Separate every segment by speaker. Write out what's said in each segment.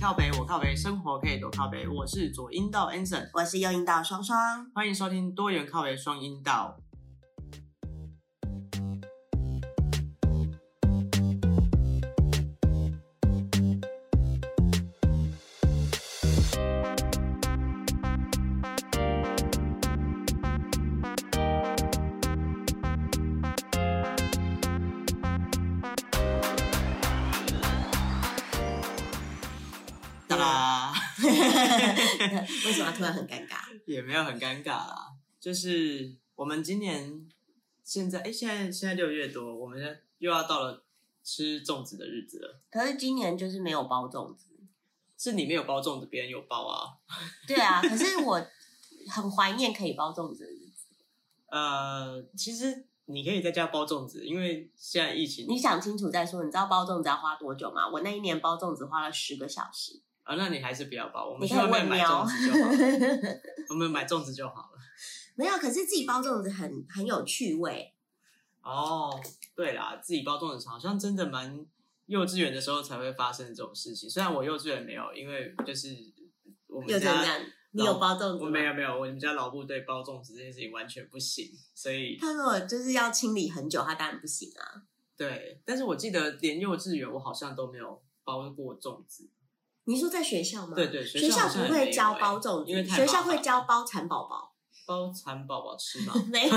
Speaker 1: 靠北，我靠北，生活可以多靠北。我是左阴道 Anson，
Speaker 2: 我是右阴道双双。
Speaker 1: 欢迎收听多元靠北双阴道。哒啦，
Speaker 2: 为什么突然很尴尬？
Speaker 1: 也没有很尴尬啦，就是我们今年现在，哎，现在现在六月多，我们现在又要到了吃粽子的日子了。
Speaker 2: 可是今年就是没有包粽子。
Speaker 1: 是你没有包粽子，别人有包啊。
Speaker 2: 对啊，可是我很怀念可以包粽子的日子。
Speaker 1: 呃，其实你可以在家包粽子，因为现在疫情
Speaker 2: 你想清楚再说，你知道包粽子要花多久吗？我那一年包粽子花了十个小时。
Speaker 1: 啊，那你还是不要包，我们
Speaker 2: 你
Speaker 1: 去
Speaker 2: 可以
Speaker 1: 外面
Speaker 2: 问
Speaker 1: 买
Speaker 2: 喵
Speaker 1: 粽子就好了，我们买粽子就好了。
Speaker 2: 没有，可是自己包粽子很很有趣味。
Speaker 1: 哦，对啦，自己包粽子好像真的蛮幼稚园的时候才会发生这种事情。虽然我幼稚园没有，因为就是我们
Speaker 2: 又怎
Speaker 1: 家
Speaker 2: 样？你有包粽子吗？
Speaker 1: 我没有。没有，我们家老部队包粽子这件事情完全不行，所以
Speaker 2: 他如果就是要清理很久，他当然不行啊。
Speaker 1: 对。但是我记得连幼稚园我好像都没有包过粽子，
Speaker 2: 你说在学校吗？
Speaker 1: 对对学
Speaker 2: 学
Speaker 1: 校好像
Speaker 2: 不
Speaker 1: 也没
Speaker 2: 会
Speaker 1: 有
Speaker 2: 教
Speaker 1: 欸
Speaker 2: 包粽子，
Speaker 1: 因为太
Speaker 2: 学
Speaker 1: 麻
Speaker 2: 校会
Speaker 1: 烦
Speaker 2: 教包蚕宝宝。
Speaker 1: 包蚕宝宝 吃嘛。
Speaker 2: 没有，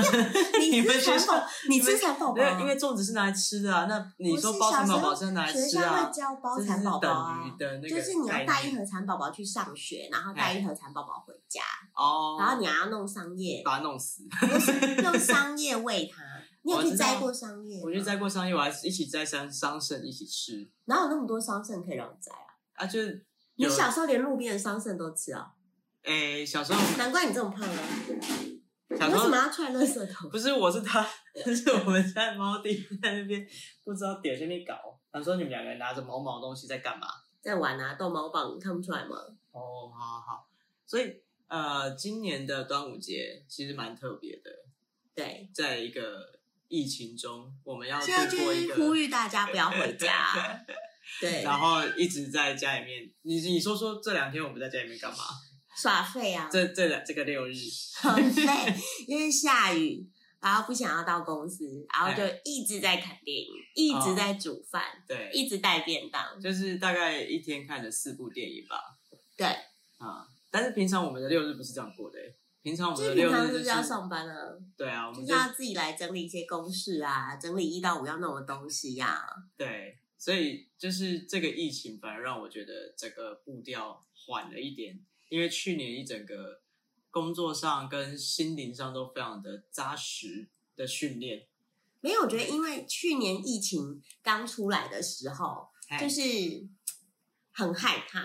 Speaker 2: 你
Speaker 1: 你们
Speaker 2: 吃
Speaker 1: 学
Speaker 2: 蚕宝，你吃蚕宝
Speaker 1: 没
Speaker 2: 宝啊，
Speaker 1: 有，因为粽子是拿来吃的啊。那你
Speaker 2: 不
Speaker 1: 说
Speaker 2: 是
Speaker 1: 包
Speaker 2: 小
Speaker 1: 蚕
Speaker 2: 时
Speaker 1: 宝
Speaker 2: 候
Speaker 1: 宝是拿来
Speaker 2: 学
Speaker 1: 吃
Speaker 2: 校
Speaker 1: 啊
Speaker 2: 会？教包
Speaker 1: 这
Speaker 2: 蚕宝宝
Speaker 1: 等
Speaker 2: 啊
Speaker 1: 于。的那个
Speaker 2: 就是你要
Speaker 1: 概
Speaker 2: 带一
Speaker 1: 念哎
Speaker 2: 盒蚕宝宝去上学，然后带一盒蚕宝宝回家，
Speaker 1: 哦，
Speaker 2: 然后你还要弄 桑叶，
Speaker 1: 把它弄死。
Speaker 2: 不是用桑叶喂它。你有
Speaker 1: 我
Speaker 2: 去
Speaker 1: 知道
Speaker 2: 摘过桑叶吗？
Speaker 1: 我去摘过桑叶，我还一起摘桑桑葚一起吃
Speaker 2: 哪有那么多桑葚可以让你摘啊？
Speaker 1: 啊，就是
Speaker 2: 你
Speaker 1: 有
Speaker 2: 小时候连路边的桑葚都吃啊？
Speaker 1: 诶、小时候
Speaker 2: 难怪你这么胖啊！
Speaker 1: 小时
Speaker 2: 你为什
Speaker 1: 候
Speaker 2: 么要踹垃圾桶？
Speaker 1: 不是我是他， 是我们家的猫弟在那边不知道点那边搞，他说你们两个人拿着毛毛的东西在干嘛？
Speaker 2: 在玩啊，逗猫棒，你看不出来吗？
Speaker 1: 哦，好好好，所以呃，今年的端午节其实蛮特别的，
Speaker 2: 对，
Speaker 1: 在一个疫情中，我们啊要度
Speaker 2: 现在就
Speaker 1: 过一
Speaker 2: 是
Speaker 1: 个
Speaker 2: 呼吁大家不要回 家。啊对，
Speaker 1: 然后一直在家里面，你你说说这两天我们在家里面干嘛？
Speaker 2: 耍废啊，
Speaker 1: 这这两这个六日，
Speaker 2: 很废，因为下雨，然后不想要到公司，然后就一直在看电影，一直在煮饭，
Speaker 1: 对，
Speaker 2: 一直带便当。
Speaker 1: 哦就是大概一天看了四部电影吧，
Speaker 2: 对，
Speaker 1: 啊，但是平常我们的六日不是这样过的、欸，平常我
Speaker 2: 就
Speaker 1: 们的
Speaker 2: 是平
Speaker 1: 六
Speaker 2: 常
Speaker 1: 日
Speaker 2: 就是是要上班啊，
Speaker 1: 对啊，我
Speaker 2: 就
Speaker 1: 们
Speaker 2: 是要自己来整理一些公事啊，整理一到五要弄的东西呀、
Speaker 1: 对，所以就是这个疫情反而让我觉得整个步调缓了一点，因为去年一整个工作上跟心灵上都非常的扎实的训练，
Speaker 2: 没有，我觉得因为去年疫情刚出来的时候，
Speaker 1: 嘿
Speaker 2: 就是嘖很害怕，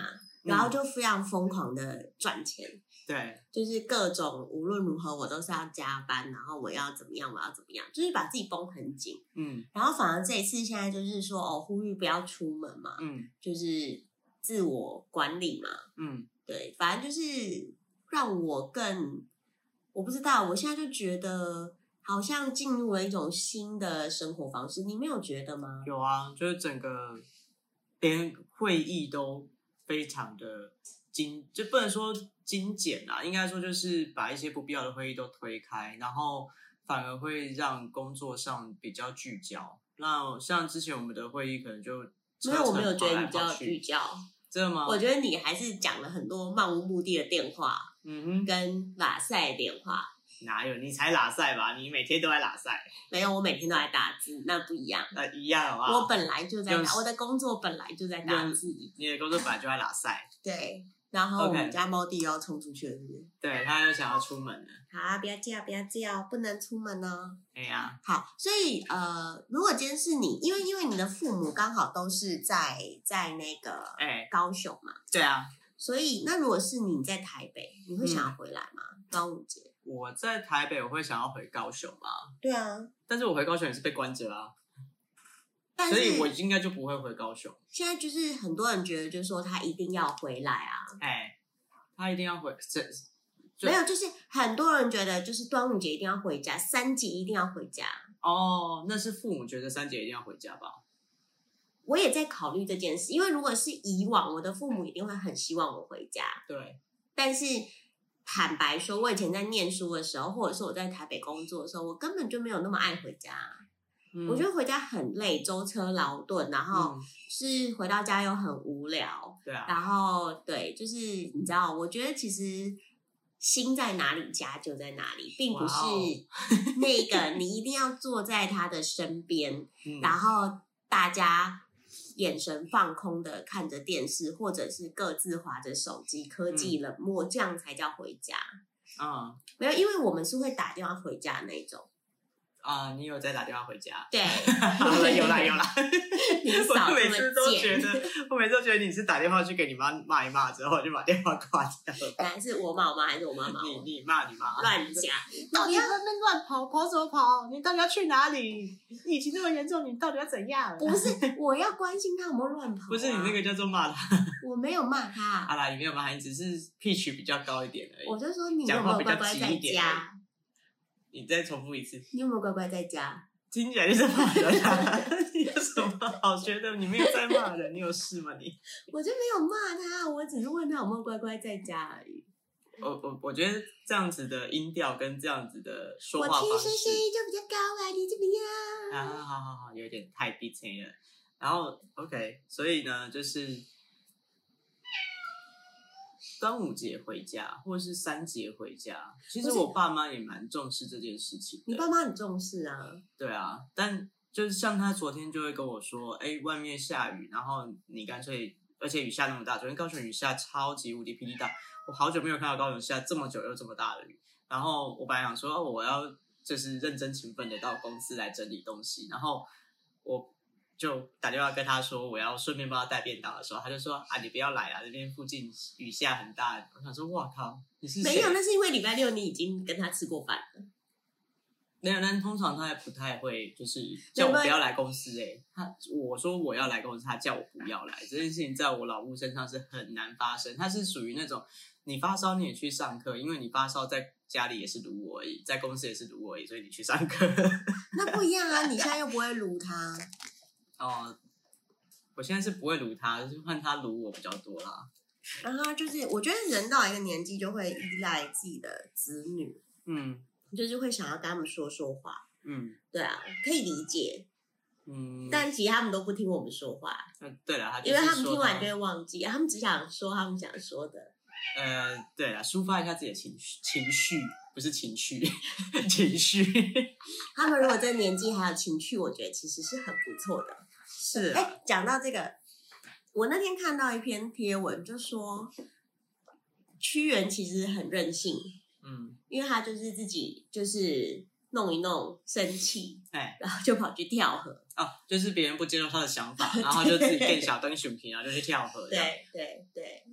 Speaker 1: 嗯
Speaker 2: 然后就非常疯狂的赚钱。
Speaker 1: 对
Speaker 2: 就是各种无论如何我都是要加班，然后我要怎么样，我要怎么样，就是把自己绷很紧。
Speaker 1: 嗯
Speaker 2: 然后反而这一次现在就是说哦，呼吁不要出门嘛，
Speaker 1: 嗯
Speaker 2: 就是自我管理嘛，
Speaker 1: 嗯，
Speaker 2: 对，反正就是让我更，我不知道，我现在就觉得好像进入了一种新的生活方式，你没有觉得吗？
Speaker 1: 有啊，就是整个连会议都非常的精，就不能说精简啦，应该说就是把一些不必要的会议都推开，然后反而会让工作上比较聚焦。那像之前我们的会议可能就
Speaker 2: 没有，我没有
Speaker 1: 车
Speaker 2: 觉
Speaker 1: 程跑来
Speaker 2: 得你比较
Speaker 1: 跑去
Speaker 2: 聚，焦，
Speaker 1: 真的吗？
Speaker 2: 我觉得你还是讲了很多漫无目的的电话
Speaker 1: 嗯哼，
Speaker 2: 跟拉塞电话。
Speaker 1: 哪有？你才拉塞吧？你每天都在拉塞，
Speaker 2: 没有，我每天都在打字，那不一样。
Speaker 1: 那一样啊。
Speaker 2: 我本来就在
Speaker 1: 用
Speaker 2: 打，我的工作本来就在打字。
Speaker 1: 你的工作本来就在拉塞，
Speaker 2: 对，然后
Speaker 1: OK
Speaker 2: 我们家猫弟又要冲出去了，是不是？
Speaker 1: 对，他又想要出门了。
Speaker 2: 好啊，不要叫，不要叫，不能出门哦。
Speaker 1: 哎呀、
Speaker 2: 好，所以呃，如果今天是你，因为因为你的父母刚好都是在在那个
Speaker 1: 哎，
Speaker 2: 高雄嘛，
Speaker 1: 对啊，
Speaker 2: 所以那如果是你在台北，你会想
Speaker 1: 嗯
Speaker 2: 要回来吗？端午节？
Speaker 1: 我在台北，我会想要回高雄嘛，
Speaker 2: 对啊，
Speaker 1: 但是我回高雄也是被关着啦，
Speaker 2: 但
Speaker 1: 所以我
Speaker 2: 是
Speaker 1: 应该就不会回高雄。
Speaker 2: 现在就是很多人觉得，就是说他一定要回来啊，
Speaker 1: 哎，他一定要回这就
Speaker 2: 没有，就是很多人觉得，就是端午节一定要回家，三级一定要回家。
Speaker 1: 哦，那是父母觉得三姐一定要回家吧？
Speaker 2: 我也在考虑这件事，因为如果是以往，我的父母一定会很希望我回家。
Speaker 1: 对，
Speaker 2: 但是坦白说，我以前在念书的时候，或者是我在台北工作的时候，我根本就没有那么爱回家。
Speaker 1: 嗯
Speaker 2: 我觉得回家很累，舟车劳顿，然后
Speaker 1: 嗯
Speaker 2: 是回到家又很无聊，
Speaker 1: 对啊，
Speaker 2: 然后对，就是你知道，我觉得其实心在哪里，家就在哪里，并不是
Speaker 1: 哇哦
Speaker 2: 那个你一定要坐在他的身边，
Speaker 1: 嗯
Speaker 2: 然后大家眼神放空的看着电视，或者是各自划着手机，科技冷漠，这样才叫回家。
Speaker 1: 嗯
Speaker 2: 没有，因为我们是会打电话回家的那种。
Speaker 1: 啊，你有在打电话回 家？
Speaker 2: 对
Speaker 1: 好了，有啦有啦。
Speaker 2: 你
Speaker 1: 我
Speaker 2: 少
Speaker 1: 每
Speaker 2: 这
Speaker 1: 次都
Speaker 2: 么
Speaker 1: 觉
Speaker 2: 贱，
Speaker 1: 得，我每次都觉得你是打电话去给你妈骂一骂之后，就把电话挂掉 了。
Speaker 2: 本来是我妈我妈还是我妈妈
Speaker 1: 你你骂你妈，
Speaker 2: 乱讲。
Speaker 1: 到哦底要在那边乱跑，跑什么跑？你到底要去哪里？疫情那么严重，你到底要怎样？
Speaker 2: 不是，我要关心他有没有乱跑、啊。
Speaker 1: 不是你那，个叫做骂他，
Speaker 2: 我没有骂他啊、
Speaker 1: 好啦，你没有骂他，你只是 pitch 比较高一点而
Speaker 2: 我
Speaker 1: 已。
Speaker 2: 就说你有
Speaker 1: 讲
Speaker 2: 没
Speaker 1: 话
Speaker 2: 有
Speaker 1: 比
Speaker 2: 乖
Speaker 1: 较
Speaker 2: 乖
Speaker 1: 急
Speaker 2: 在
Speaker 1: 一点而已
Speaker 2: 家？
Speaker 1: 你再重复一次，
Speaker 2: 你有没有乖乖在家？
Speaker 1: 听起来就是骂人啊！你有什么好觉得？你没有在骂人，你有事吗你？
Speaker 2: 我就没有骂他，我只是问他有没有乖乖在家而已。
Speaker 1: 我我我觉得这样子的音调跟这样子的说
Speaker 2: 我
Speaker 1: 话
Speaker 2: 天
Speaker 1: 方
Speaker 2: 生声
Speaker 1: 式
Speaker 2: 音就比较高啊，你怎么样？
Speaker 1: 啊，好好好，有点太逼真了。然后 OK，所以呢，就是端午节回家，或是三节回家。其实
Speaker 2: 不是
Speaker 1: 我爸妈也蛮重视这件事情
Speaker 2: 你
Speaker 1: 的，
Speaker 2: 爸妈很重视啊，
Speaker 1: 对啊。但就是像他昨天就会跟我说，哎，外面下雨，然后你干脆，而且雨下那么大，昨天高雄雨下超级无敌霹雳大，我好久没有看到高雄下这么久又这么大的雨。然后我本来想说，哦，我要就是认真勤奋的到公司来整理东西，然后我就打电话跟他说，我要顺便帮他带便当的时候，他就说啊，你不要来啊，这边附近雨下很大。我想说，哇靠，你是
Speaker 2: 没有，
Speaker 1: 谁啊
Speaker 2: 那是因为礼拜六你已经跟他吃过饭了。
Speaker 1: 没有，但通常他也不太会，就是叫我不要来公司、欸。他我说我要来公司，他叫我不要来。这件事情在我老吴身上是很难发生。他是属于那种你发烧你也去上课，因为你发烧在家里也是撸我而已，在公司也是撸我而已，所以你去上课。
Speaker 2: 那不一样啊，你现在又不会撸他，
Speaker 1: 哦，我现在是不会撸他，就是换他撸我比较多啦。
Speaker 2: 然后就是我觉得人到一个年纪就会依赖自己的子女，
Speaker 1: 嗯
Speaker 2: 就是会想要跟他们说说话。
Speaker 1: 嗯
Speaker 2: 对啊，可以理解，
Speaker 1: 嗯。
Speaker 2: 但其实他们都不听我们说话，
Speaker 1: 嗯对了，他就
Speaker 2: 因为
Speaker 1: 是
Speaker 2: 他们
Speaker 1: 说
Speaker 2: 听完就会忘记，他们只想说他们想说的。
Speaker 1: 呃，对了，抒发一下自己的情绪，情绪不是情绪， 情绪
Speaker 2: 他们如果这个年纪还有情趣，我觉得其实是很不错的。
Speaker 1: 是啊。
Speaker 2: 哎，讲到这个，我那天看到一篇贴文，就说屈原其实很任性，
Speaker 1: 嗯，
Speaker 2: 因为他就是自己就是弄一弄生气，
Speaker 1: 哎，
Speaker 2: 然后就跑去跳河。
Speaker 1: 哦，就是别人不接受他的想法，然后就自己变小灯熊皮，然后就去跳河。这样。
Speaker 2: 对对对，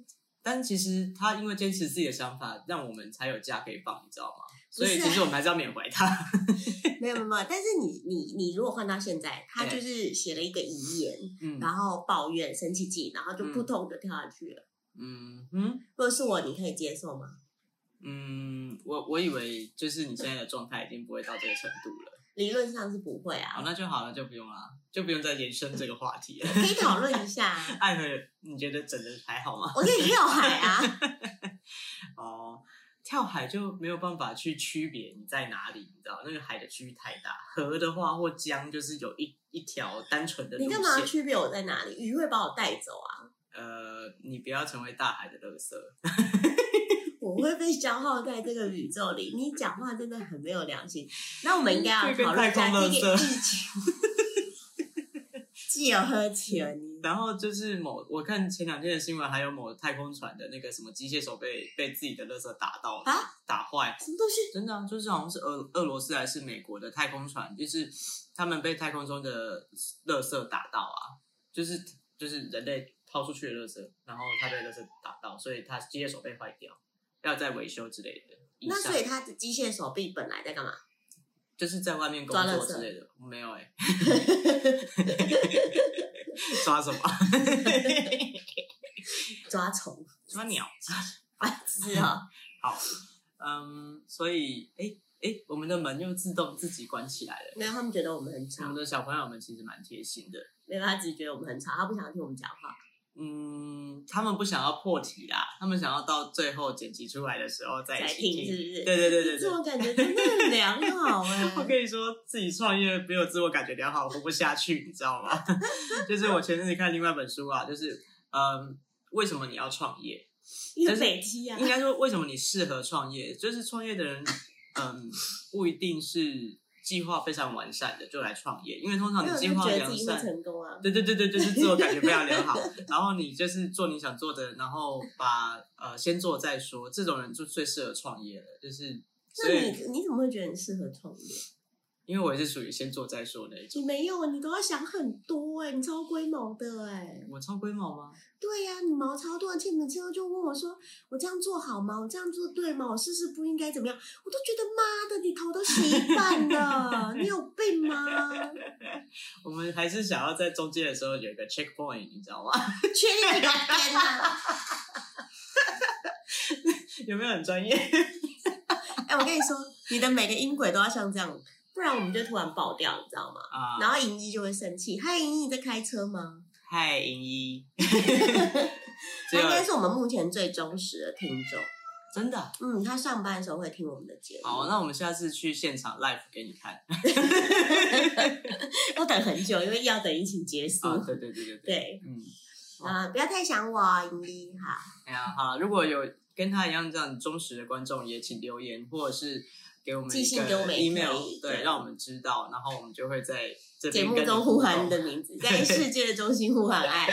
Speaker 1: 但其实他因为坚持自己的想法，让我们才有假可以放，你知道吗？
Speaker 2: 不
Speaker 1: 所以
Speaker 2: 是啊
Speaker 1: 其实我们还是要缅怀他。
Speaker 2: 没有没有没有，但是你你你如果换到现在，他就是写了一个遗言，
Speaker 1: 嗯
Speaker 2: 然后抱怨、生气气，然后就
Speaker 1: 嗯
Speaker 2: 扑通就跳下去了。
Speaker 1: 嗯嗯
Speaker 2: 如果是我，你可以接受吗？
Speaker 1: 嗯，我我以为就是你现在的状态已经不会到这个程度了。
Speaker 2: 理论上是不会
Speaker 1: 好，
Speaker 2: 啊，
Speaker 1: 那就好了，就不用啦，就不用再延伸这个话题了。
Speaker 2: 可以讨论一下啊。
Speaker 1: 爱和你觉得整的还好吗？
Speaker 2: 我可以跳海啊，
Speaker 1: 哦，跳海就没有办法去区别你在哪里，你知道那个海的区域太大。河的话或江就是有一一条单纯的路
Speaker 2: 你
Speaker 1: 线。
Speaker 2: 干嘛要区别我在哪里？鱼会把我带走啊，
Speaker 1: 呃，你不要成为大海的垃圾。
Speaker 2: 我会被消耗在这个宇宙里。你讲话真的很没有良心。那我们应该要讨论一下这个疫情。 既有喝起了你，
Speaker 1: 然后就是某，我看前两天的新闻，还有某太空船的那个什么机械手被被自己的垃圾打到
Speaker 2: 啊
Speaker 1: 打坏，
Speaker 2: 什么东西？
Speaker 1: 真的、啊、就是好像是俄俄罗斯还是美国的太空船，就是他们被太空中的垃圾打到啊，就是就是人类抛出去的垃圾，然后它被垃圾打到，所以它机械手被坏掉，要再维修之类的。以
Speaker 2: 那
Speaker 1: 上
Speaker 2: 所以他的机械手臂本来在干嘛？
Speaker 1: 就是在外面工
Speaker 2: 抓
Speaker 1: 作
Speaker 2: 垃圾
Speaker 1: 之类的，没有 哎、抓什么？
Speaker 2: 抓虫，
Speaker 1: 抓鸟。
Speaker 2: 白痴哦。
Speaker 1: 好，嗯，所以哎，诶，我们的门又自动自己关起来了。
Speaker 2: 没有，他们觉得我们很
Speaker 1: 我
Speaker 2: 吵
Speaker 1: 们，的小朋友们其实蛮贴心的，
Speaker 2: 没有，他只是觉得我们很吵，他不想听我们讲话。
Speaker 1: 嗯，他们不想要破题啦，他们想要到最后剪辑出来的时候再一
Speaker 2: 才
Speaker 1: 起
Speaker 2: 听是不
Speaker 1: 对
Speaker 2: 是？
Speaker 1: 对对对
Speaker 2: 这
Speaker 1: 对。
Speaker 2: 种感觉真的很良好哎、
Speaker 1: 我跟你说，自己创业没有自我感觉良好，活不下去，你知道吗？ 就是我前阵子看另外一本书啊，就是嗯，为什么你要创业？
Speaker 2: 一个
Speaker 1: 就是
Speaker 2: 北梯啊
Speaker 1: 应，该说为什么你适合创业？就是创业的人，嗯，不一定是计划非常完善的就来创业，因为通常
Speaker 2: 没有
Speaker 1: 你
Speaker 2: 就
Speaker 1: 计
Speaker 2: 觉
Speaker 1: 划
Speaker 2: 得
Speaker 1: 良
Speaker 2: 自己会
Speaker 1: 善，
Speaker 2: 成功啊。
Speaker 1: 对对对对对，就是自我感觉非常良好。然后你就是做你想做的，然后把呃先做再说，这种人就最适合创业了。就是所
Speaker 2: 那你
Speaker 1: 以，
Speaker 2: 你怎么会觉得你适合创业？
Speaker 1: 因为我也是属于先做再说那一种。
Speaker 2: 你没有，啊你都要想很多哎、你超龟毛的哎、
Speaker 1: 我超龟毛吗？
Speaker 2: 对呀、你毛超多，而且每次都就问我说：“我这样做好吗？我这样做对吗？我是不是不应该怎么样？”我都觉得妈的，你头都洗一半了，你有病吗？
Speaker 1: 我们还是想要在中间的时候有一个 checkpoint，你知道吗？
Speaker 2: 确定你个天呐！
Speaker 1: 有没有很专业？
Speaker 2: 哎、我跟你说，你的每个音轨都要像这样，不然我们就突然爆掉，你知道吗？
Speaker 1: 啊、
Speaker 2: 然后莹一就会生气。嗨，莹一，你在开车吗？
Speaker 1: 嗨，银 一，只
Speaker 2: 他
Speaker 1: 有
Speaker 2: 应该是我们目前最忠实的听众。
Speaker 1: 真的啊。
Speaker 2: 嗯，他上班的时候会听我们的节目。
Speaker 1: 好，啊那我们下次去现场 live 给你看
Speaker 2: 要等很久，因为要等疫情结束。
Speaker 1: 啊！对对对对对，
Speaker 2: 嗯
Speaker 1: 嗯，
Speaker 2: 对，啊、不要太想我，莹一哈。
Speaker 1: 哎呀，好，如果有跟他一样这样忠实的观众，也请留言或者是给我们
Speaker 2: 寄
Speaker 1: 一
Speaker 2: 信给我
Speaker 1: 个
Speaker 2: 们也
Speaker 1: email，
Speaker 2: 可以
Speaker 1: 对，
Speaker 2: 对
Speaker 1: 让我们知道，然后我们就会在这
Speaker 2: 节
Speaker 1: 边
Speaker 2: 目
Speaker 1: 跟
Speaker 2: 中
Speaker 1: 互
Speaker 2: 呼喊你
Speaker 1: 动
Speaker 2: 的。名字，在世界的中心呼 喊爱。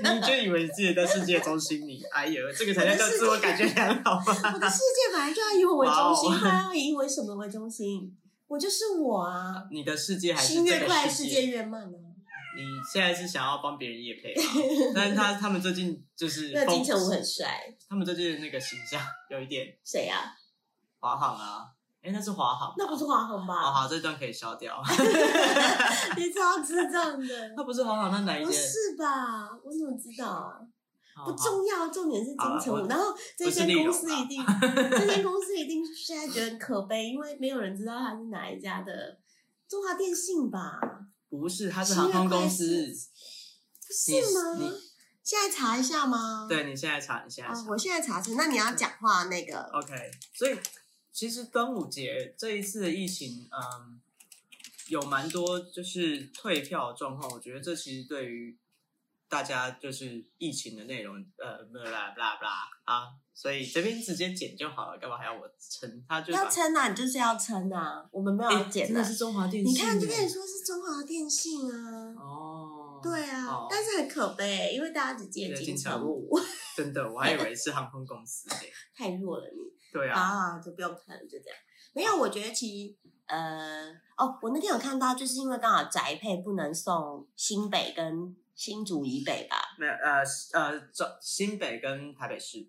Speaker 1: 你就以为自己在世界中心你，哎呦，这个才叫叫自我感觉良好啊吧？
Speaker 2: 我的世界本来就要以我为中心，
Speaker 1: 哦
Speaker 2: 他要以为什么为中心？我就是我啊！
Speaker 1: 你的世界还是
Speaker 2: 心
Speaker 1: 这
Speaker 2: 越
Speaker 1: 个
Speaker 2: 快，
Speaker 1: 世
Speaker 2: 世界越慢啊！
Speaker 1: 你现在是想要帮别人夜 配吗？但是他他们最近就是
Speaker 2: 那金
Speaker 1: 风
Speaker 2: 城武很帅，
Speaker 1: 他们最近的那个形象有一点
Speaker 2: 谁啊？
Speaker 1: 华航啊，哎，那是华航吧，
Speaker 2: 那不是华航
Speaker 1: 哦，
Speaker 2: 吧？
Speaker 1: 好，这段可以消掉。
Speaker 2: 你超智障的！
Speaker 1: 那不是华航，那哪一
Speaker 2: 不
Speaker 1: 间？
Speaker 2: 是吧？我怎么知道啊？
Speaker 1: 哦
Speaker 2: 不，重要，重点是金城
Speaker 1: 好
Speaker 2: 武。
Speaker 1: 了
Speaker 2: 然后这
Speaker 1: 我是
Speaker 2: 间
Speaker 1: 利
Speaker 2: 公
Speaker 1: 荣
Speaker 2: 司
Speaker 1: 啦
Speaker 2: 一定，这间公司一定现在觉得很可悲，因为没有人知道他是哪一家的。中华电信吧？
Speaker 1: 不是，它是航空公司。
Speaker 2: 不是
Speaker 1: 你
Speaker 2: 吗
Speaker 1: 你？
Speaker 2: 现在查一下吗？
Speaker 1: 对你现在查，你现在
Speaker 2: 啊，
Speaker 1: 查。
Speaker 2: 我现在查是。那你要讲话那个
Speaker 1: OK，所以其实端午节这一次的疫情，嗯，有蛮多就是退票的状况。我觉得这其实对于大家就是疫情的内容，呃，不啦不啦不啦啊，所以这边直接剪就好了，干嘛还要我撑？他就
Speaker 2: 要
Speaker 1: 把
Speaker 2: 撑啊，你就是要撑啊，我们没有
Speaker 1: 哎
Speaker 2: 要剪
Speaker 1: 真
Speaker 2: 的
Speaker 1: 的。是中华电信
Speaker 2: 你
Speaker 1: 耶，
Speaker 2: 看，就跟你说是中华电信啊。
Speaker 1: 哦，
Speaker 2: 对啊
Speaker 1: 哦，
Speaker 2: 但是很可悲，因为大家只记得
Speaker 1: 对
Speaker 2: 金
Speaker 1: 金城
Speaker 2: 城
Speaker 1: 武
Speaker 2: 武，
Speaker 1: 真的，我还以为是航空公司耶。
Speaker 2: 太弱了你
Speaker 1: 对啊，
Speaker 2: 啊，就不用看了，就这样。没有，我觉得其实呃，哦，我那天有看到，就是因为刚好宅配不能送新北跟新竹以北吧，
Speaker 1: 没有呃呃，中新北跟台北市，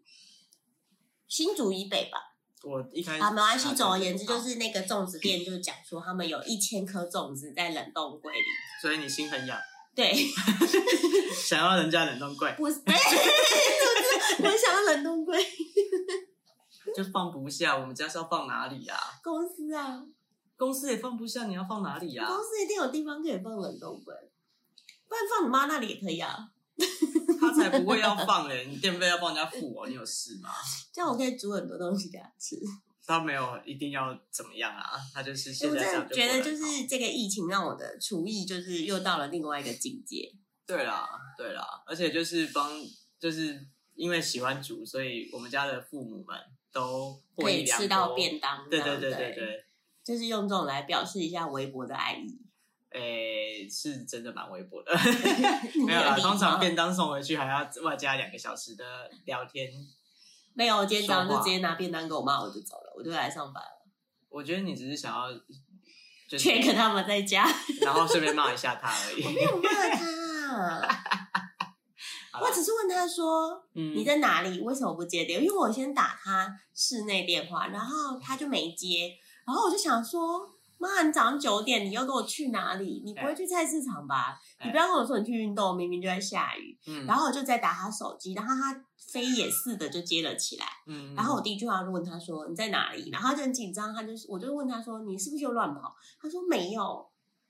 Speaker 2: 新竹以北吧，
Speaker 1: 我一开始
Speaker 2: 啊，没关系。总而言之，
Speaker 1: 好嗯
Speaker 2: 就是那个粽子店就讲说，他们有一千颗粽子在冷冻柜里。
Speaker 1: 所以你心很痒，
Speaker 2: 对，
Speaker 1: 想要人家冷冻柜
Speaker 2: 不是， 哎粽子我想要冷冻柜
Speaker 1: 就放不下。我们家是要放哪里啊？
Speaker 2: 公司啊，
Speaker 1: 公司也放不下，你要放哪里啊？
Speaker 2: 公司一定有地方可以放冷冻柜，不然放你妈那里也可以啊。
Speaker 1: 他才不会要放嘞、你电费要帮人家付哦，你有事吗？
Speaker 2: 这样我可以煮很多东西给他吃。
Speaker 1: 他没有一定要怎么样啊，他就是
Speaker 2: 哎
Speaker 1: 现
Speaker 2: 我
Speaker 1: 在
Speaker 2: 真
Speaker 1: 这样
Speaker 2: 的
Speaker 1: 就
Speaker 2: 觉得
Speaker 1: 过得
Speaker 2: 就
Speaker 1: 很好
Speaker 2: 是这个疫情让我的厨艺就是又到了另外一个境界。
Speaker 1: 对啦，对啦，而且就是帮，就是因为喜欢煮，所以我们家的父母们都
Speaker 2: 可
Speaker 1: 获益
Speaker 2: 以
Speaker 1: 良
Speaker 2: 吃到
Speaker 1: 多
Speaker 2: 便当，
Speaker 1: 对对对
Speaker 2: 对
Speaker 1: 对，对，
Speaker 2: 就是用这种来表示一下微博的爱意。
Speaker 1: 诶、是真的蛮微薄 的。
Speaker 2: 你
Speaker 1: 没有啦，
Speaker 2: 礼
Speaker 1: 通常
Speaker 2: 貌
Speaker 1: 便当送回去还要外加两个小时的聊天。
Speaker 2: 没有，我今天早上就
Speaker 1: 说话
Speaker 2: 直接拿便当给我妈，我就走了，我就来上班了。
Speaker 1: 我觉得你只是想要，就是
Speaker 2: check 他们 在家，
Speaker 1: 然后顺便骂一下他而已。
Speaker 2: 没有骂 他，
Speaker 1: 好啦
Speaker 2: 我只是问他说
Speaker 1: 嗯
Speaker 2: 你在哪里，为什么不接电？因为我先打他室内电话，然后他就没接，然后我就想说妈，你早上九点你又跟我去哪里？你不会去菜市场吧？
Speaker 1: 哎
Speaker 2: 你不要跟我说你去运动，明明就在下雨。
Speaker 1: 嗯，
Speaker 2: 然
Speaker 1: 后
Speaker 2: 后我就在打他手机，然后他飞也似的就接了起来。
Speaker 1: 嗯，
Speaker 2: 然后我第一句话就问他说：“你在哪里？”然后他就很紧张，他就是我就问他说：“你是不是又乱跑？”他说：“没有，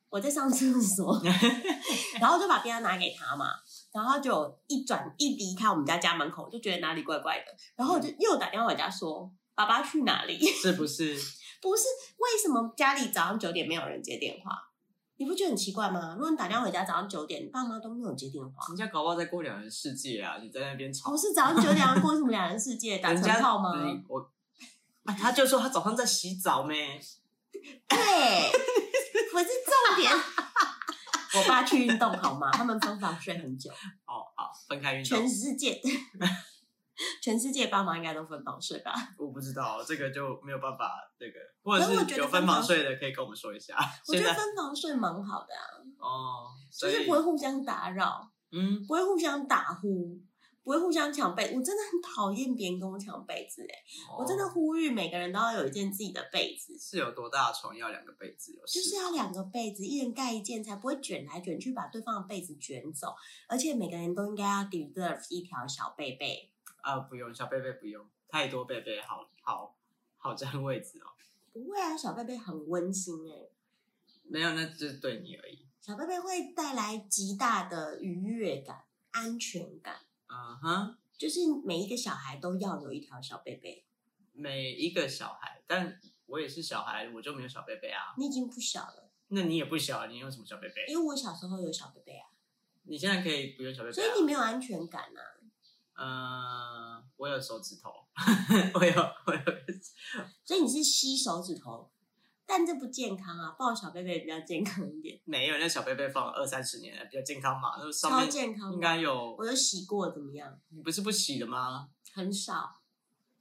Speaker 2: 我在上 厕所。”然后就把便当拿给他嘛，然后就一转一离开我们家家门口，我就觉得哪里怪怪的，然后我
Speaker 1: 嗯
Speaker 2: 就又打电话回家说：“爸爸去哪里？”
Speaker 1: 是不是？
Speaker 2: 不是为什么家里早上九点没有人接电话？你不觉得很奇怪吗？如果你打电话回家早上九点，你爸妈都没有接电话，
Speaker 1: 人家搞不好在过两人世界啊！你在那边吵
Speaker 2: 不，是早上九点要过什么两人世界哦打
Speaker 1: 人
Speaker 2: 成
Speaker 1: 家
Speaker 2: 套吗？
Speaker 1: 嗯我、啊他就说他早上在洗澡咩？
Speaker 2: 对，不是重点。 我爸去运动好吗？他们分房睡很久，
Speaker 1: 哦，好，分开运动
Speaker 2: 全，世界全世界爸妈应该都分房睡吧？
Speaker 1: 我不知道这个就没有办法那个，或者
Speaker 2: 可是我觉
Speaker 1: 是
Speaker 2: 得
Speaker 1: 有
Speaker 2: 分
Speaker 1: 分房
Speaker 2: 房
Speaker 1: 睡的可以跟我们说一下。
Speaker 2: 我觉
Speaker 1: 现
Speaker 2: 得
Speaker 1: 在
Speaker 2: 分房睡蛮好的啊，
Speaker 1: 哦，
Speaker 2: 就
Speaker 1: 所
Speaker 2: 是
Speaker 1: 以
Speaker 2: 不会互相打扰，
Speaker 1: 嗯，
Speaker 2: 不会互相打呼，不会互相抢被。我真的很讨厌别人跟我抢被子、欸，我真的
Speaker 1: 哦
Speaker 2: 呼吁每个人都要有一件自己的被子，
Speaker 1: 是有多大的床要两个被子，有事
Speaker 2: 就是要两个被子，一人盖一件，才不会卷来卷去把对方的被子卷走。而且每个人都应该要 deserve 一条小被被。
Speaker 1: 啊，不用小贝贝不用，太多贝贝好好好占位置哦。
Speaker 2: 不会啊，小被被很温馨哎、
Speaker 1: 没有，那就是对你而已。
Speaker 2: 小被被会带来极大的愉悦感、安全感，
Speaker 1: 嗯哼，
Speaker 2: 就是每一个小孩都要有一条小被被。
Speaker 1: 每一个小孩，但我也是小孩，我就没有小贝贝啊。
Speaker 2: 你已经不小了，
Speaker 1: 那你也不小，你有什么小贝贝？
Speaker 2: 因为我小时候有小被被啊，
Speaker 1: 你现在可以不用小贝贝
Speaker 2: 所以
Speaker 1: 啊
Speaker 2: 你。没有安全感啊。
Speaker 1: 呃，我有手指头， 我有我有，
Speaker 2: 所以你是吸手指头，但这不健康啊，抱小被被比较健康一点，
Speaker 1: 没有那小贝贝放了二三十年了，比较健康嘛。那上
Speaker 2: 超
Speaker 1: 面
Speaker 2: 健康的。
Speaker 1: 应该有，
Speaker 2: 我有洗过，怎么样？
Speaker 1: 你不是不洗的吗？
Speaker 2: 很少，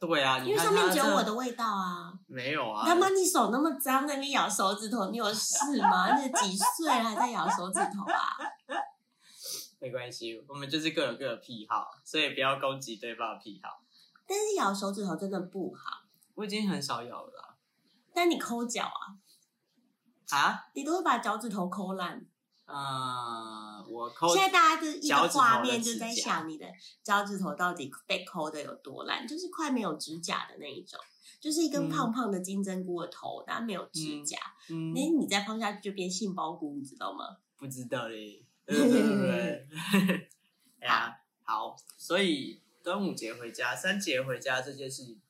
Speaker 1: 对啊，
Speaker 2: 因
Speaker 1: 你
Speaker 2: 为
Speaker 1: 看
Speaker 2: 上面
Speaker 1: 它
Speaker 2: 只有
Speaker 1: 这
Speaker 2: 我的味道啊！
Speaker 1: 没有啊，
Speaker 2: 他妈，你手那么脏，在那边咬手指头，你有事吗？那几岁了还在咬手指头啊？
Speaker 1: 没关系，我们就是各有各的癖好，所以不要攻击对方的癖好。
Speaker 2: 但是咬手指头真的不好。
Speaker 1: 我已经很少咬了啦
Speaker 2: 但你抠脚啊，
Speaker 1: 啊，
Speaker 2: 你都会把脚趾头抠烂。
Speaker 1: 呃，我抠
Speaker 2: 现，在大家就是一
Speaker 1: 脚
Speaker 2: 个
Speaker 1: 趾头的
Speaker 2: 画面就在
Speaker 1: 指甲
Speaker 2: 想你的脚趾头到底被抠的有多烂，就是快没有指甲的那一种，就是一
Speaker 1: 嗯
Speaker 2: 根胖胖的金针菇的头，但没有指甲。
Speaker 1: 嗯，
Speaker 2: 那、你再碰下去就变杏鲍菇，你知道吗？
Speaker 1: 不知道嘞，对不对？ 哎呀，好，所以端午节回家、三节回家这件事情，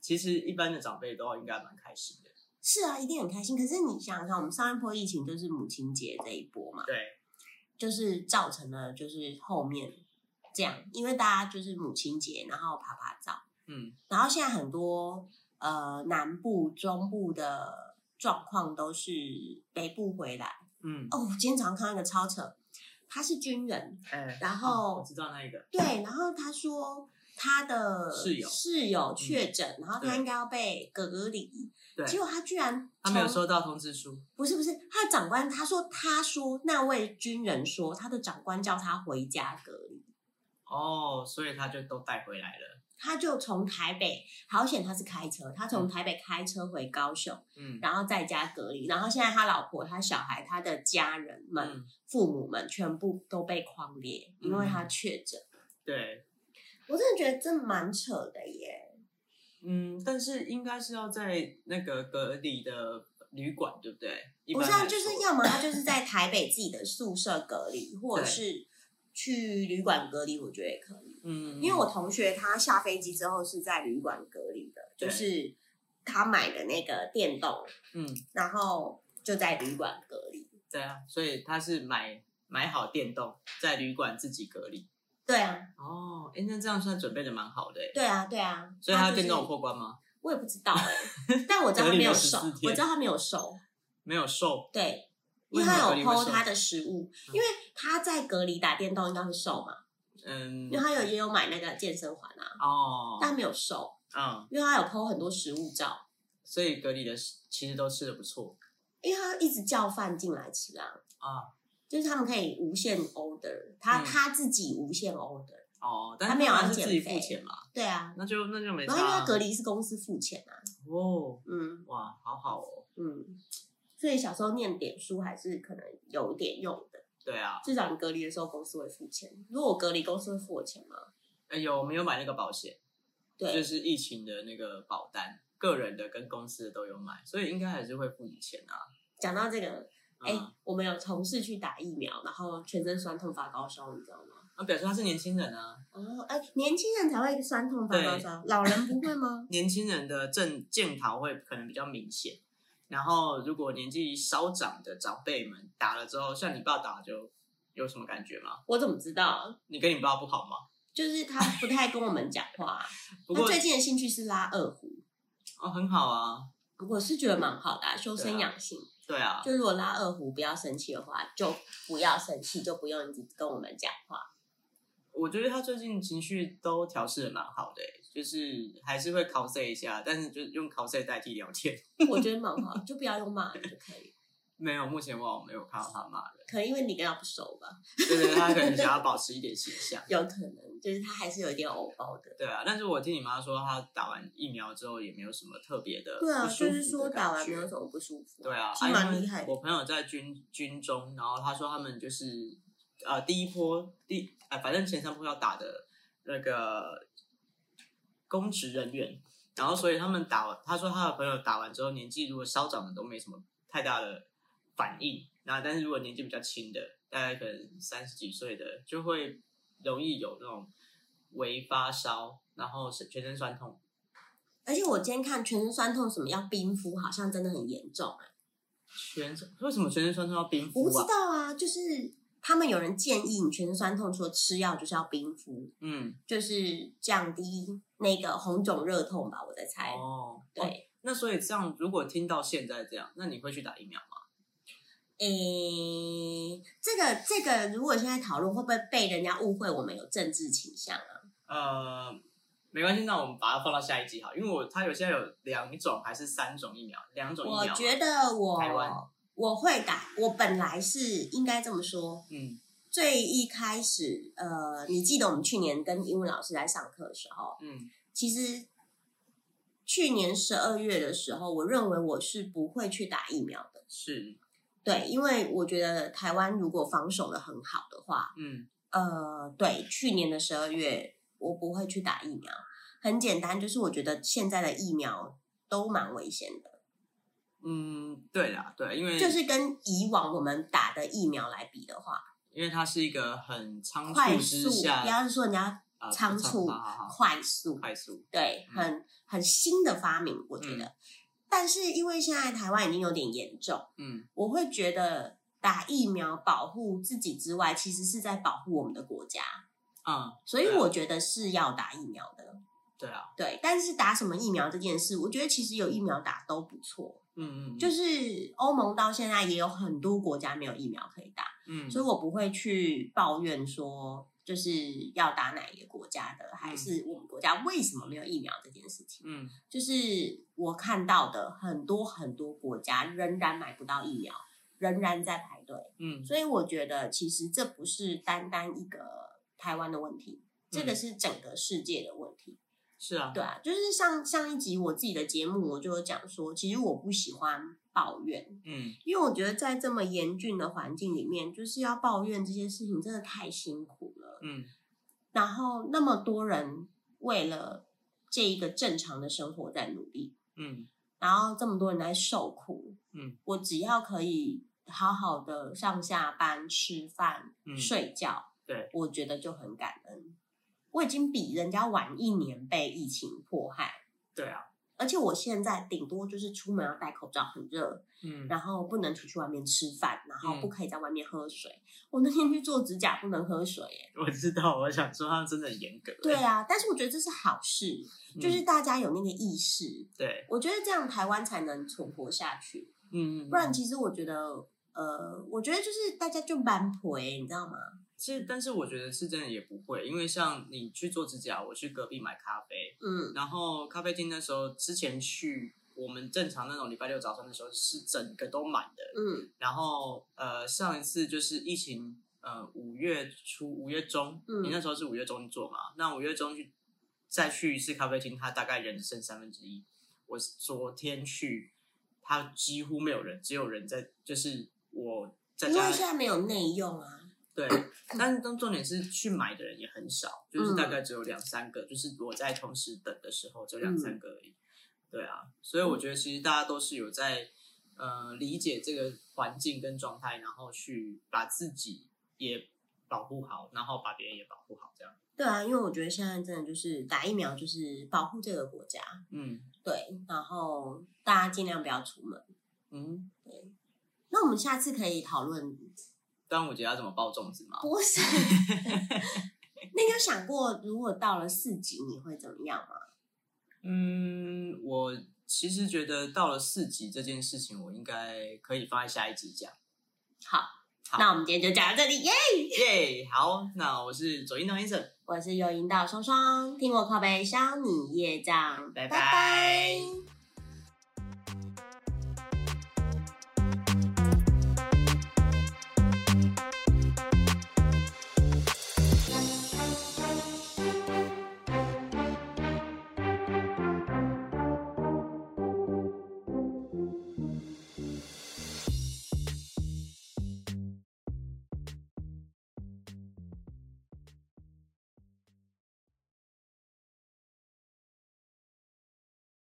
Speaker 1: 其实一般的长辈都应该蛮开心的。
Speaker 2: 是啊，一定很开心。可是你想想看，我们上一波疫情就是母亲节这一波嘛，
Speaker 1: 对，
Speaker 2: 就是造成了就是后面这样，因为大家就是母亲节，然后爬爬照，
Speaker 1: 嗯，
Speaker 2: 然后现在很多呃南部、中部的状况都是北部回来。
Speaker 1: 嗯，
Speaker 2: 哦，我今天早上看到一个超扯，他是军人，
Speaker 1: 哎，
Speaker 2: 然后
Speaker 1: 哦我知道那一个，
Speaker 2: 对，然后他说。他的
Speaker 1: 室友嗯
Speaker 2: 室友确诊，然后他
Speaker 1: 对
Speaker 2: 应该要被隔离，
Speaker 1: 对，
Speaker 2: 结果他居然
Speaker 1: 他没有
Speaker 2: 从
Speaker 1: 收到通知书，
Speaker 2: 不是不是，他的长官他说他说那位军人说他的长官叫他回家隔离，
Speaker 1: 哦，所以他就都带回来了，
Speaker 2: 他就从台北，好险他是开车，他从台北开车回高雄，
Speaker 1: 嗯，
Speaker 2: 然后在家隔离，然后现在他老婆、他小孩、他的家人们、
Speaker 1: 嗯，
Speaker 2: 父母们全部都被框列，因为他确诊。
Speaker 1: 对，
Speaker 2: 我真的觉得这蛮扯的耶，
Speaker 1: 嗯，但是应该是要在那个隔离的旅馆，对不对？一
Speaker 2: 不
Speaker 1: 般
Speaker 2: 是啊，
Speaker 1: 来
Speaker 2: 就是
Speaker 1: 说
Speaker 2: 要么他就是在台北自己的宿舍隔离，或者
Speaker 1: 对
Speaker 2: 是去旅馆隔离，我觉得也可以。
Speaker 1: 嗯，
Speaker 2: 因为我同学他下飞机之后是在旅馆隔离的，
Speaker 1: 对
Speaker 2: 就是他买的那个电动，
Speaker 1: 嗯，
Speaker 2: 然后就在旅馆隔离。
Speaker 1: 对啊，所以他是买买好电动，在旅馆自己隔离。
Speaker 2: 对啊，
Speaker 1: 哦，哎，那这样算准备的蛮好的欸，
Speaker 2: 对啊，对啊。
Speaker 1: 所以他
Speaker 2: 就是
Speaker 1: 电动有破关吗？
Speaker 2: 我也不知道哎、 但我知道他没有瘦，
Speaker 1: 隔离了14
Speaker 2: 我
Speaker 1: 天
Speaker 2: 知道他没有瘦，
Speaker 1: 没有瘦，
Speaker 2: 对，因
Speaker 1: 为
Speaker 2: 为
Speaker 1: 什么
Speaker 2: 他
Speaker 1: 隔
Speaker 2: 有
Speaker 1: 离会
Speaker 2: 剖
Speaker 1: 瘦
Speaker 2: 他的食物，因为他在隔离打电动应该会瘦嘛，
Speaker 1: 嗯
Speaker 2: 因为，他有也有买那个健身环啊，
Speaker 1: 哦，
Speaker 2: 但他没有瘦，
Speaker 1: 嗯，
Speaker 2: 因为他有剖很多食物照，
Speaker 1: 所以隔离的食其实都吃的不错
Speaker 2: 因为他一直叫饭进来吃啊，
Speaker 1: 啊。
Speaker 2: 就是他们可以无限 order，他、
Speaker 1: 嗯
Speaker 2: 他自己无限 order，
Speaker 1: 哦，但
Speaker 2: 他
Speaker 1: 是
Speaker 2: 没有
Speaker 1: 当然是
Speaker 2: 要减
Speaker 1: 自己
Speaker 2: 肥
Speaker 1: 付钱嘛，
Speaker 2: 对啊。
Speaker 1: 那就那就没差
Speaker 2: 然后因为
Speaker 1: 啊。
Speaker 2: 他隔离是公司付钱啊，
Speaker 1: 哦，
Speaker 2: 嗯
Speaker 1: 哇，好好哦。
Speaker 2: 嗯，所以小时候念点数还是可能有一点用的。
Speaker 1: 对啊，
Speaker 2: 至少你隔离的时候公司会付钱。如果我隔离，公司会付我钱吗？
Speaker 1: 哎有没有买那个保险？就
Speaker 2: 对，
Speaker 1: 是疫情的那个保单，个人的跟公司的都有买，所以应该还是会付你钱啊。
Speaker 2: 讲到这个，哎、
Speaker 1: 嗯，
Speaker 2: 我们有同事去打疫苗，然后全身酸痛发高烧，你知道吗？
Speaker 1: 那表示他是年轻人啊，
Speaker 2: 哦，哎、年轻人才会酸痛发高烧，老人不会吗？
Speaker 1: 年轻人的症健逃会可能比较明显。然后，如果年纪稍长的长辈们打了之后，像你爸打就有什么感觉吗？
Speaker 2: 我怎么知道？
Speaker 1: 你跟你爸不好吗？
Speaker 2: 就是他不太跟我们讲话、
Speaker 1: 不
Speaker 2: 他
Speaker 1: 过
Speaker 2: 最近的兴趣是拉二胡，
Speaker 1: 哦，很好啊，
Speaker 2: 我是觉得蛮好的、啊，修身养性。
Speaker 1: 对啊，
Speaker 2: 就如果拉二胡不要生气的话，就不要生气，就不用一直跟我们讲话。
Speaker 1: 我觉得他最近情绪都调试的蛮好的、欸就是还是会 cos 一下，但是就是用 cos 代替聊天。
Speaker 2: 我觉得蛮好，就不要用骂人就可以。
Speaker 1: 没有，目前我没有看到他骂人，
Speaker 2: 可能因为你跟他不熟吧，
Speaker 1: 对对，他可能想要保持一点形象。
Speaker 2: 有可能就是他还是有一点偶包的。
Speaker 1: 对啊，但是我听你妈说，她打完疫苗之后也没有什么特别的
Speaker 2: 对啊，
Speaker 1: 不舒
Speaker 2: 就
Speaker 1: 服的
Speaker 2: 是说
Speaker 1: 感
Speaker 2: 打完
Speaker 1: 觉
Speaker 2: 没有什么不舒服。
Speaker 1: 对啊，
Speaker 2: 是
Speaker 1: 啊因
Speaker 2: 蛮
Speaker 1: 为
Speaker 2: 厉害的
Speaker 1: 我朋友在军军中，然后他说他们就是呃第一波第呃反正前三波要打的那个公职人员，然后所以他们打完，他说他的朋友打完之后年纪如果稍长的都没什么太大的反应，那但是如果年纪比较轻的，大概可能三十几岁的就会容易有那种微发烧，然后是全身酸痛。
Speaker 2: 而且我今天看全身酸痛，什么要冰敷，好像真的很严重啊。
Speaker 1: 全身为什么全身酸痛要冰敷
Speaker 2: 我不
Speaker 1: 啊
Speaker 2: 知？道啊，就是他们有人建议你全身酸痛，除了吃药就是要冰敷，
Speaker 1: 嗯，
Speaker 2: 就是降低那个红肿热痛吧，我在猜。
Speaker 1: 哦，
Speaker 2: 对，
Speaker 1: 那所以这样，如果听到现在这样，那你会去打疫苗吗？
Speaker 2: 诶、这个这个，如果现在讨论，会不会被人家误会我们有政治倾向啊？
Speaker 1: 呃，没关系，那我们把它放到下一集好，因为我它有现在有两种还是三种疫苗，两种疫
Speaker 2: 我
Speaker 1: 苗。
Speaker 2: 觉得
Speaker 1: 台湾
Speaker 2: 我我会打，我本来是应该这么说。
Speaker 1: 嗯
Speaker 2: 最一开始，呃，你记得我们去年跟英文老师在上课的时候，
Speaker 1: 嗯
Speaker 2: 其实去年十二月的时候，我认为我是不会去打疫苗的。
Speaker 1: 是
Speaker 2: 对，因为我觉得台湾如果防守的很好的话，
Speaker 1: 嗯
Speaker 2: 呃，对，去年的十二月我不会去打疫苗，很简单，就是我觉得现在的疫苗都蛮危险的，
Speaker 1: 嗯，对啦，对，因为
Speaker 2: 就是跟以往我们打的疫苗来比的话，
Speaker 1: 因为它是一个很仓
Speaker 2: 快
Speaker 1: 促
Speaker 2: 速，
Speaker 1: 之
Speaker 2: 不
Speaker 1: 下
Speaker 2: 要是说人家
Speaker 1: 啊
Speaker 2: 仓促
Speaker 1: 好好好，
Speaker 2: 快速，
Speaker 1: 快速，
Speaker 2: 对，
Speaker 1: 嗯
Speaker 2: 很很新的发明，我觉得。但是因为现在台湾已经有点严重，
Speaker 1: 嗯
Speaker 2: 我会觉得打疫苗保护自己之外，其实是在保护我们的国家，
Speaker 1: 嗯，
Speaker 2: 所以
Speaker 1: 对啊
Speaker 2: 我觉得是要打疫苗的。
Speaker 1: 对啊，
Speaker 2: 对，但是打什么疫苗这件事，我觉得其实有疫苗打都不错。
Speaker 1: 嗯嗯，
Speaker 2: 就是欧盟到现在也有很多国家没有疫苗可以打，
Speaker 1: 嗯
Speaker 2: 所以我不会去抱怨说就是要打哪一个国家的，还是我们国家为什么没有疫苗这件事情。
Speaker 1: 嗯
Speaker 2: 就是我看到的很多很多国家仍然买不到疫苗，仍然在排队，
Speaker 1: 嗯
Speaker 2: 所以我觉得其实这不是单单一个台湾的问题，这个
Speaker 1: 嗯
Speaker 2: 是整个世界的问题。
Speaker 1: 是啊，
Speaker 2: 对啊，就是上上一集我自己的节目，我就有讲说，其实我不喜欢抱怨，
Speaker 1: 嗯
Speaker 2: 因为我觉得在这么严峻的环境里面，就是要抱怨这些事情真的太辛苦了。
Speaker 1: 嗯
Speaker 2: 然后那么多人为了这一个正常的生活在努力，
Speaker 1: 嗯
Speaker 2: 然后这么多人在受苦，
Speaker 1: 嗯
Speaker 2: 我只要可以好好的上下班、吃饭、
Speaker 1: 嗯，
Speaker 2: 睡觉，
Speaker 1: 对，
Speaker 2: 我觉得就很感恩。我已经比人家晚一年被疫情迫害。
Speaker 1: 对啊，
Speaker 2: 而且我现在顶多就是出门要戴口罩，很热，
Speaker 1: 嗯
Speaker 2: 然后不能出去外面吃饭，然后
Speaker 1: 嗯
Speaker 2: 不可以在外面喝水。我那天去做指甲不能喝水、耶。
Speaker 1: 我知道，我想说他们真的很严格。
Speaker 2: 对啊，但是我觉得这是好事，
Speaker 1: 嗯，
Speaker 2: 就是大家有那个意识，
Speaker 1: 对，
Speaker 2: 我觉得这样台湾才能存活下去。
Speaker 1: 嗯，
Speaker 2: 不然其实我觉得，呃，我觉得就是大家就蛮婆哎，你知道吗？
Speaker 1: 其实但是我觉得是真的也不会，因为像你去做指甲，我去隔壁买咖啡，
Speaker 2: 嗯，
Speaker 1: 然后咖啡厅那时候之前去，我们正常那种礼拜六早上的时候是整个都满的，
Speaker 2: 嗯
Speaker 1: 然后呃上一次就是疫情。呃，五月初、五月中，
Speaker 2: 嗯
Speaker 1: 你那时候是五月中做嘛？那五月中去再去一次咖啡厅，它大概人剩三分之一。我是昨天去，他几乎没有人，只有人在，就是我在
Speaker 2: 因为
Speaker 1: 家
Speaker 2: 现在没有内用啊。
Speaker 1: 对，但但重点是去买的人也很少，就是大概只有两三个，就是我在同时等的时候只有两三个而已。对啊，所以我觉得其实大家都是有在呃理解这个环境跟状态，然后去把自己也保护好，然后把别人也保护好，这样。
Speaker 2: 对啊，因为我觉得现在真的就是打疫苗，就是保护这个国家，
Speaker 1: 嗯
Speaker 2: 对，然后大家尽量不要出门。
Speaker 1: 嗯，
Speaker 2: 那我们下次可以讨论，
Speaker 1: 端午节要怎么包粽子吗？
Speaker 2: 不 是？那你有想过，如果到了四级，你会怎么样吗？
Speaker 1: 嗯，我其实觉得到了四级这件事情，我应该可以放在下一集讲。
Speaker 2: 好，
Speaker 1: 好
Speaker 2: 那我们今天就讲到这里，耶！
Speaker 1: 耶好，那我是左音堂医生，
Speaker 2: 我是有引导双双，听我靠背消你业障，
Speaker 1: 拜
Speaker 2: 拜拜